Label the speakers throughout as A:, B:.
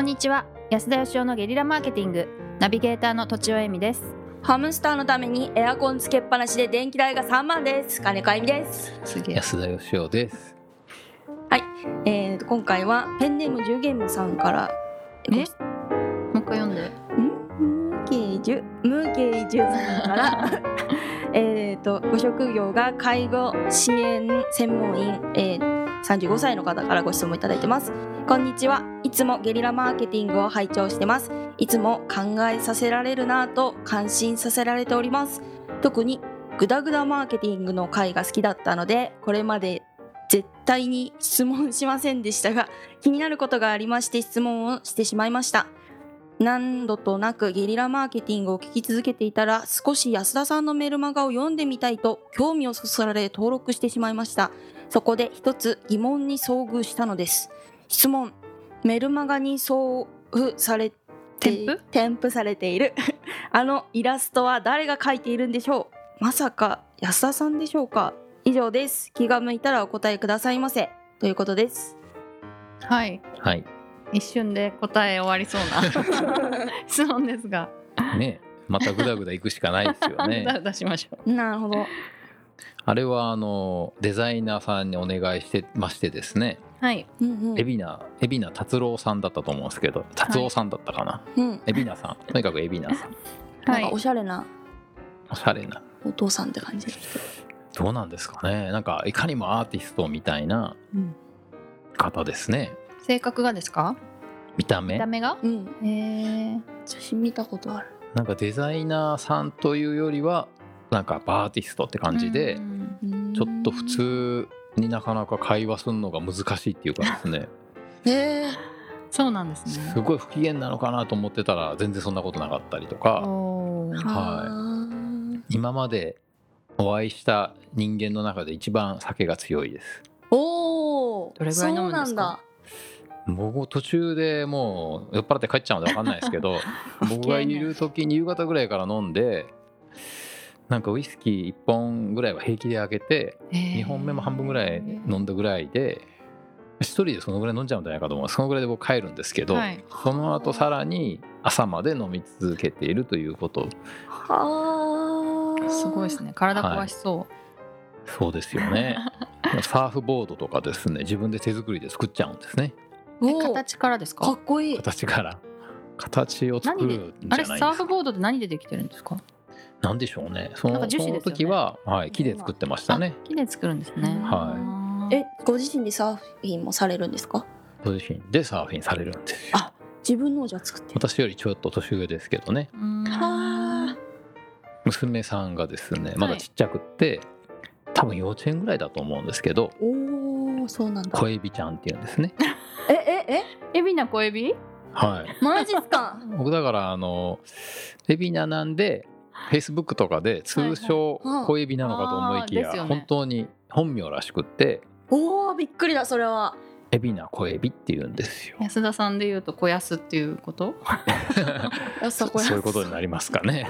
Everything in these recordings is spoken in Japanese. A: んにちは安田義生のゲリラマーケティングナビゲーターの土地尾恵美です
B: ハムスターのためにエアコンつけっぱなしで電気代が3万です金子あゆみです
A: すげ
C: 安田義生です。
B: えー、今回はペンネームジュゲームさんから
A: えもう一回読んで
B: ムーケージュムーケージュさんから えーとご職業が介護支援専門員、えー、35歳の方からご質問いただいてますこんにちはいつもゲリラマーケティングを拝聴してますいつも考えさせられるなぁと感心させられております特にグダグダマーケティングの回が好きだったのでこれまで絶対に質問しませんでしたが気になることがありまして質問をしてしまいました何度となくゲリラマーケティングを聞き続けていたら少し安田さんのメルマガを読んでみたいと興味をそそられ登録してしまいましたそこで一つ疑問に遭遇したのです質問メルマガに送付されて
A: 添付
B: 添付されている あのイラストは誰が描いているんでしょうまさか安田さんでしょうか以上です気が向いたらお答えくださいませということです
A: はい
C: はい。
A: 一瞬で答え終わりそう な質問ですが、
C: ね、またぐだぐだ行くしかないですよ
A: だ
C: ね。
A: 出しましょ
B: なるほど
C: あれはあのデザイナーさんにお願いしてましてですね、
A: うはい
B: うんうん
C: 海老名海老名達郎さんだったと思うんですけど、達郎さんだったかな。
B: うん
C: 海老名さん、とにかく海老名 さん、
B: な
A: は
B: んか
A: い
B: おしゃれな
C: おしゃれな。
B: お父さんって感じ
C: どうなんですかね。なんかいかにもアーティストみたいな
A: うん
C: 方ですね。
A: 性格がですか
C: 見た
A: 見
C: 目
A: た目が
B: うん
A: えー、
B: 写真見たことある
C: なんかデザイナーさんというよりはなんかバーティストって感じで、
A: うん
C: ちょっと普通になかなか会話するのが難しいっていうかですね。
B: えー、
A: そうなんです
C: す
A: ね
C: ごい不機嫌なのかなと思ってたら全然そんなことなかったりとか
A: おー
C: はい
B: い
C: 今までお会いした人間の中で一番酒が強いです
B: おお
A: どれぐらい飲むんですか
C: 僕も途中でもう酔っ払って帰っちゃうので分かんないです けど僕がいる時に夕方ぐらいから飲んでなんかウイスキー1本ぐらいは平気で開けて2本目も半分ぐらい飲んだぐらいで1人でそのぐらい飲んじゃうんじゃないかと思うそのぐらいで僕帰るんですけど、
A: はい
C: その後さらに朝まで飲み続けているということ
B: はあ
A: すごいですね体壊しそう、
C: そうですよ ね。サーフボードとかですね、自分で手作りで作っちゃうんですね。
A: え
B: おー
A: 形からです
B: か
A: か
B: っこいい
C: 形から。形を作るんじ
A: あ
C: ゃ
A: れ
C: ない
A: サー
C: です
A: フ
C: か。
A: ボードって何でできてるんですか
C: なんでしょうね。その
A: なんか樹
C: そ
A: 脂
C: の
A: ですよね
C: 時は、はい、木で作ってましたね。
A: あ木で作るんですね
C: は
B: えご自身でサーフィンもされるんですか
C: ご自身でサーフィンされるんですよ。
B: あ自分のをじゃあ作ってる
C: 私よりちょっと年上ですけどね、
A: いうん
B: は
C: 娘さんがですね、ま
A: は
C: だ
A: い
C: ちっちゃくって、多分幼稚園ぐらいだと思うんですけど、
B: おおそうなんだ
C: 小エビちゃんっていうんです ね。
B: えええ
A: エビな小エビ
C: はい。
B: マジっすか
C: 僕だからあのエビナなんでフェイスブックとかで通称
B: はいはい
C: 小エビなのかと思いき
A: あーですよ
C: や
A: ね
C: 本当に本名らしくって
B: おおびっくりだそれは
C: エビナ小エビって言うんですよ。
A: 安田さんで言うと小安っていう こと
B: よさ
C: そ
B: これ
C: そういうことになりますか ね。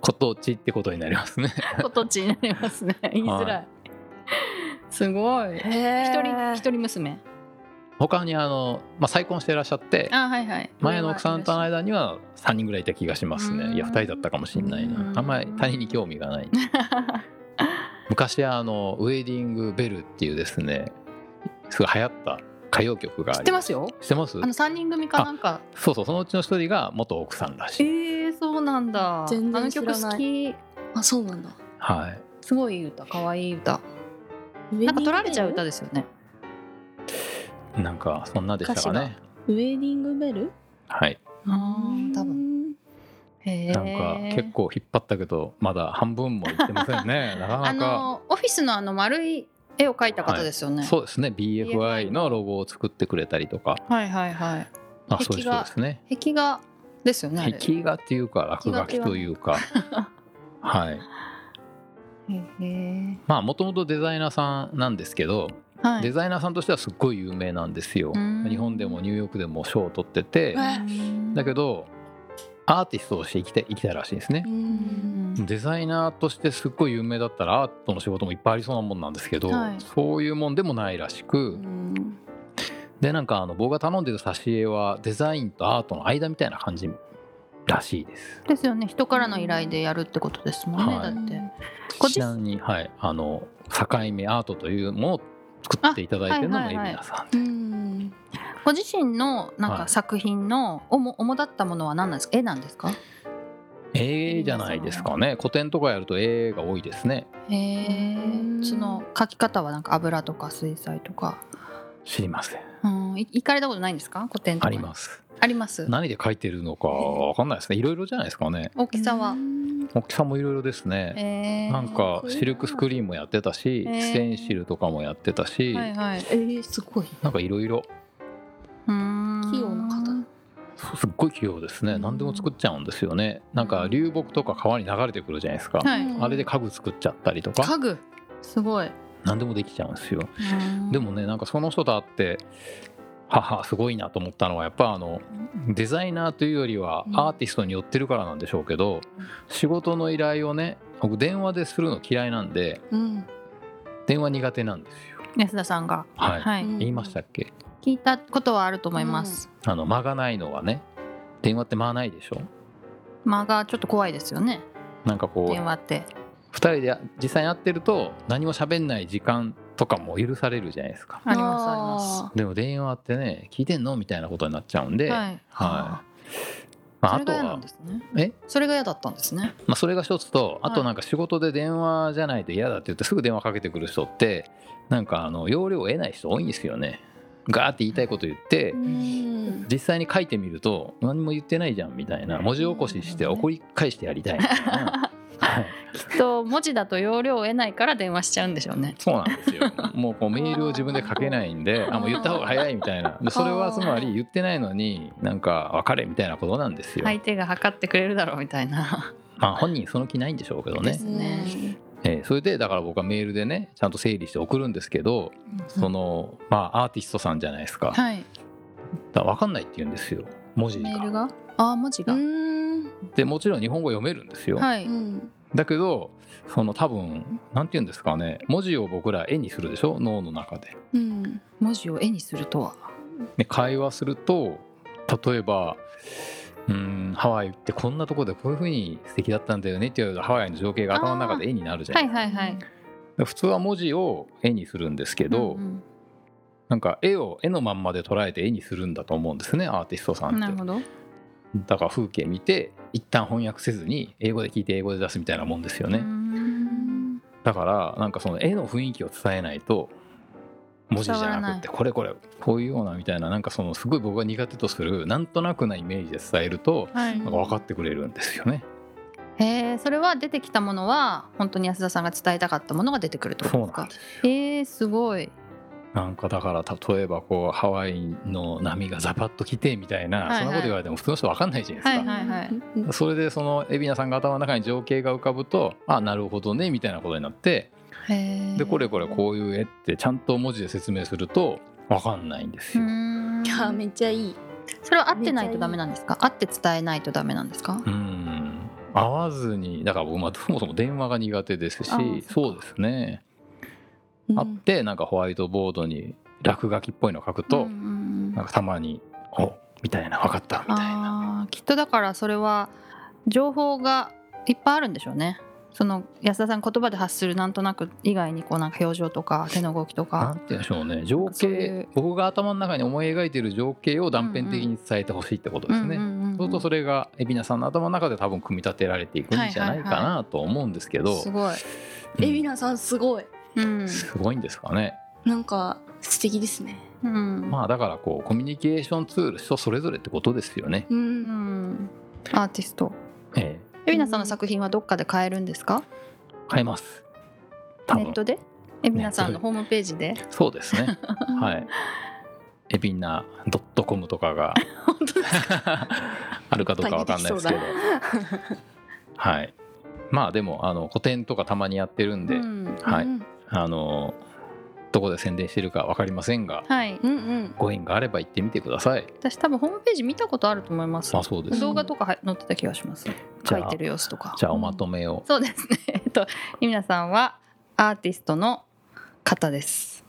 C: ことちってことになりますね。
A: ことちになりますね言いづらい、
C: は
A: すごい
B: へえ
A: 一人一人娘
C: 他にあのまあ再婚していらっしゃって
A: あはいはい
C: 前の奥さんとの間には3人ぐらいいた気がします
A: う
C: ね。
A: ん
C: いや2人だったかもしれないな
A: う。ん
C: あんまり他人に興味がない。昔あのウェディングベルっていうですねすごい流行った歌謡曲があり
A: 知ってますよ
C: 知ってます
A: あの三人組かなんか
C: そうそうそのうちの一人が元奥さんらし
A: え
C: い、
A: ー、そうなんだ
B: 全
A: あの
B: 然知ら
A: 曲
B: ない
A: 好き
B: あそうなんだ
C: はい
A: すごいいい歌可愛い歌な
B: な
A: か
B: ん
A: 取られちゃう歌ですよね
C: なんかそんなでしたかね
B: ウェディングベル
C: はい
A: あー多分
B: 分
A: へー
C: なんか結構引っ張ったけどまだ半分もいってませ んねなか
A: あ
C: なか
A: のオフィスのあの丸い絵を描いた方ですよね、
C: そうですね BFI のロゴを作ってくれたりとか
A: はいはいはい
C: あ
A: 壁画
C: そういう人ですね
A: 壁画ですよねあれ
C: 壁画っていうか落書きという かは
A: へ
C: い
A: ー
C: まあもともとデザイナーさんなんですけど、
A: はい
C: デザイナーさんとしてはすっごい有名なんですよ
A: うん
C: 日本でもニューヨークでも賞を取ってて
B: ザ
C: だけどアーティストとして生きて生きたらしいですね
B: う
A: うんん
C: デザイナーとしてすっごい有名だったらアートの仕事もいっぱいありそうなもんなんですけど、
A: はい
C: そういうもんでもないらしくでなんかあの僕が頼んでる挿絵はデザインとアートの間みたいな感じらしいです。
A: ですよね人からの依頼でやるってことですもんね、
C: はい
A: だってこっち
C: ちなみに、はい、あの境目アートというものを作っていただいてるの
A: あ
C: が
A: はい
C: エ
A: はいはい
C: ビナさん。
B: うん
A: ご自身のなん
C: は
A: か
C: い
A: 作品の主主だったものは何なんですか絵なんですか
C: 絵じゃないですかね。古典とかやると絵が多いですね。
A: へえ
B: うん
A: その描き方はなんか油とか水彩とか、
C: 知りません。
A: うん、い行かれたことないんですか古典とか
C: あります。
A: あります
C: 何で描いてるのかわかんないですね。いろいろじゃないですかね。
A: 大きさは、
C: 大きさもいろいろですね。
A: えー、
C: なんかシルクスクリーンもやってたし、
A: へー
C: ステンシルとかもやってたし、
A: はいはい
B: えー、すごい。
C: なんかいろいろ
A: うーん
B: 器用な方
C: すっごい器用ですね。何でも作っちゃうんですよね。なんか流木とか川に流れてくるじゃないですか。
A: はい
C: あれで家具作っちゃったりとか
A: 家具すごい
C: 何でもできちゃうんですよ。でもねなんかその人と会って母すごいなと思ったのはやっぱあのデザイナーというよりは
A: うん
C: アーティストに寄ってるからなんでしょうけど仕事の依頼をね僕電話でするの嫌いなんで
B: うん。
C: 電話苦手なんですよ。
A: 安田さんが
C: はい、
A: はい、
B: うん
C: 言いましたっけ
A: 聞いたことはあると思います、
C: あの間がないのはね電話って間ないでしょ
A: 間がちょっと怖いですよね
C: なんかこう
A: 電話って
C: 2人で実際に会ってると何も喋んない時間とかも許されるじゃないですか。
A: ありますあります
C: でも電話ってね聞いてんのみたいなことになっちゃうんで、はい
A: い
C: まあ、
A: そ
C: あ
A: れ
C: と
A: が嫌な
C: は
A: んですね。
C: え
A: それが嫌だったんですね。
C: まあ、それが一つとあ
A: は
C: と
A: い
C: なんか仕事で電話じゃないと嫌だって言ってすぐ電話かけてくる人ってなんかあの要領を得ない人多いんですよね。ガーって言いたいこと言って
B: うん。
C: 実際に書いてみると何も言ってないじゃんみたいな文字起こしして怒り返してやりたいみたいなはい
A: きっと文字だと容量を得ないから電話しちゃうんでしょうね。
C: そうなんですよもうこうメールを自分で書けないんであもう言った方が早いみたいなでそれはつまり言ってないのになんか別れみたいなことなんですよ。
A: 相手が測ってくれるだろうみたいな。
C: まあ本人その気ないんでしょうけどね
A: ですね
C: えーそれでだから僕はメールでねちゃんと整理して送るんですけど その、まあアーティストさんじゃないですかだか
A: はい。
C: ら分かんないって言うんですよ文字
A: メール
C: が。
A: が。ああ、文字
B: う
A: が。
B: ん。うん。
C: でもちろん日本語読めるんですよ、
A: は
B: う
A: い。
B: ん。
C: だけどその多分なんて言うんですかね文字を僕ら絵にするでしょ脳の中で。
B: うん。
A: 文字を絵にするとは。
C: で会話すると例えばうんハワイってこんなとこでこういうふうに素敵だったんだよねっていうハワイの情景が頭の中で絵になるじゃな
A: はいいはいはい。
C: 普通は文字を絵にするんですけど、
A: うん
C: なんか絵を絵のまんまで捉えて絵にするんだと思うんですねアーティストさ
A: うん
C: ん
A: な
C: っ
A: る
C: て
A: ほど。
C: だから風景見て一旦翻訳せずに英語で聞いて英語で出すみたいなもんですよね、
A: うーん
C: だからなんかその絵の雰囲気を伝えないと文字じゃなくてこれこれこういうようなみたいななんかそのすごい僕が苦手とするなんとなくなイメージで伝えると
A: はい
C: なんか分かってくれるんですよね、
A: へえ、それは出てきたものは本当に安田さんが伝えたかったものが出てくるってことです
C: そうな
A: か
C: ん。
A: へえ、すごい。
C: なんかだから例えばこうハワイの波がザパッと来てみたいな、
A: はいはい
C: そんなこと言われても普通の人分かんないじゃないですか、
A: はいはいはい
C: それでその海老名さんが頭の中に情景が浮かぶとあなるほどねみたいなことになって
A: へえ。
C: でこれこれこういう絵ってちゃんと文字で説明すると分かんないんです
A: う
C: よ。
A: ーん。
B: いやめっちゃいい。
A: それは合ってないとダメなんですか合って伝えないとダメなんですか
C: うん合わずにだから僕まあそもそも電話が苦手ですし
A: あー
C: そうですね、あっ
B: うん
C: てなんかホワイトボードに落書きっぽいの書く
A: うん
C: と、
A: うんう
C: なん
A: ん
C: かたまに「おみたいな「分かった」みたいな。
A: あーきっとだからそれは情報がいっぱいあるんでしょうねその安田さん言葉で発するなんとなく以外にこうなんか表情とか手の動きと
C: な
A: か
C: んて言うんでしょうね情
A: そういう
C: 景僕が頭の中に思い描いている情景を断片的に伝えてほしいってことですね。
A: うんうんうんうん
C: そうするとそれが海老名さんの頭の中で多分組み立てられていくんじゃないか
A: はいはい
C: なと思うんですけど、
A: すごい、
C: うん
B: エビナさんすごい。
A: うん
C: すごいんですかね。
B: なんか素敵ですね。
A: うん
C: まあだからこうコミュニケーションツール人それぞれってことですよね。
B: う。
A: うんん、アーティスト
C: え
A: 海老名さんの作品はどっかで買えるんですか
C: え買えます。多
A: ネッ
C: 分
A: トで海老名さんのホームページで
C: そうですね。はい。エビナドットコムとかが
A: 本当ですか
C: あるかどうかわかんないですけど
B: パ、
C: はい。まあでもあの個展とかたまにやってるんで、
A: うん
C: はい。
B: うん
C: あのどこで宣伝してるかわかりませんが、
A: はい
B: うんうん。
C: ご縁があれば行ってみてください。
A: 私多分ホームページ見たことあると思います
C: あそうです。
A: 動画とかは載ってた気がします
C: じ
A: 書
C: ゃあ
A: いてる様子とか
C: じゃあおまとめを。
A: そうですね えっと皆さんはアーティストの方です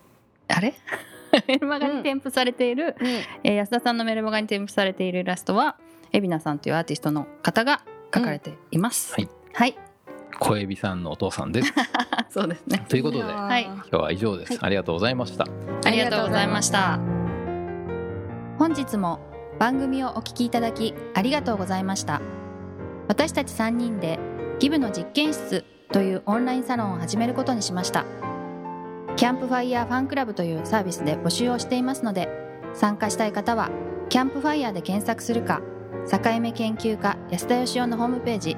A: あれ
B: メルマガに添付されている、えー安田さんのメルマガに添付されているイラストは海老名さんというアーティストの方が描かれています。
C: うん
B: はい、
C: 小エビさんのお父さんです
B: そうですね。
C: ということで今
D: はい
C: 日は以上です、
D: はい
C: ありがとうございました
B: ありがとうございました。
A: 本日も番組をお聞きいただきありがとうございました私たち3人でギブの実験室というオンラインサロンを始めることにしましたキャンプファイヤーファンクラブというサービスで募集をしていますので参加したい方はキャンプファイヤーで検索するか境目研究家安田義雄のホームページ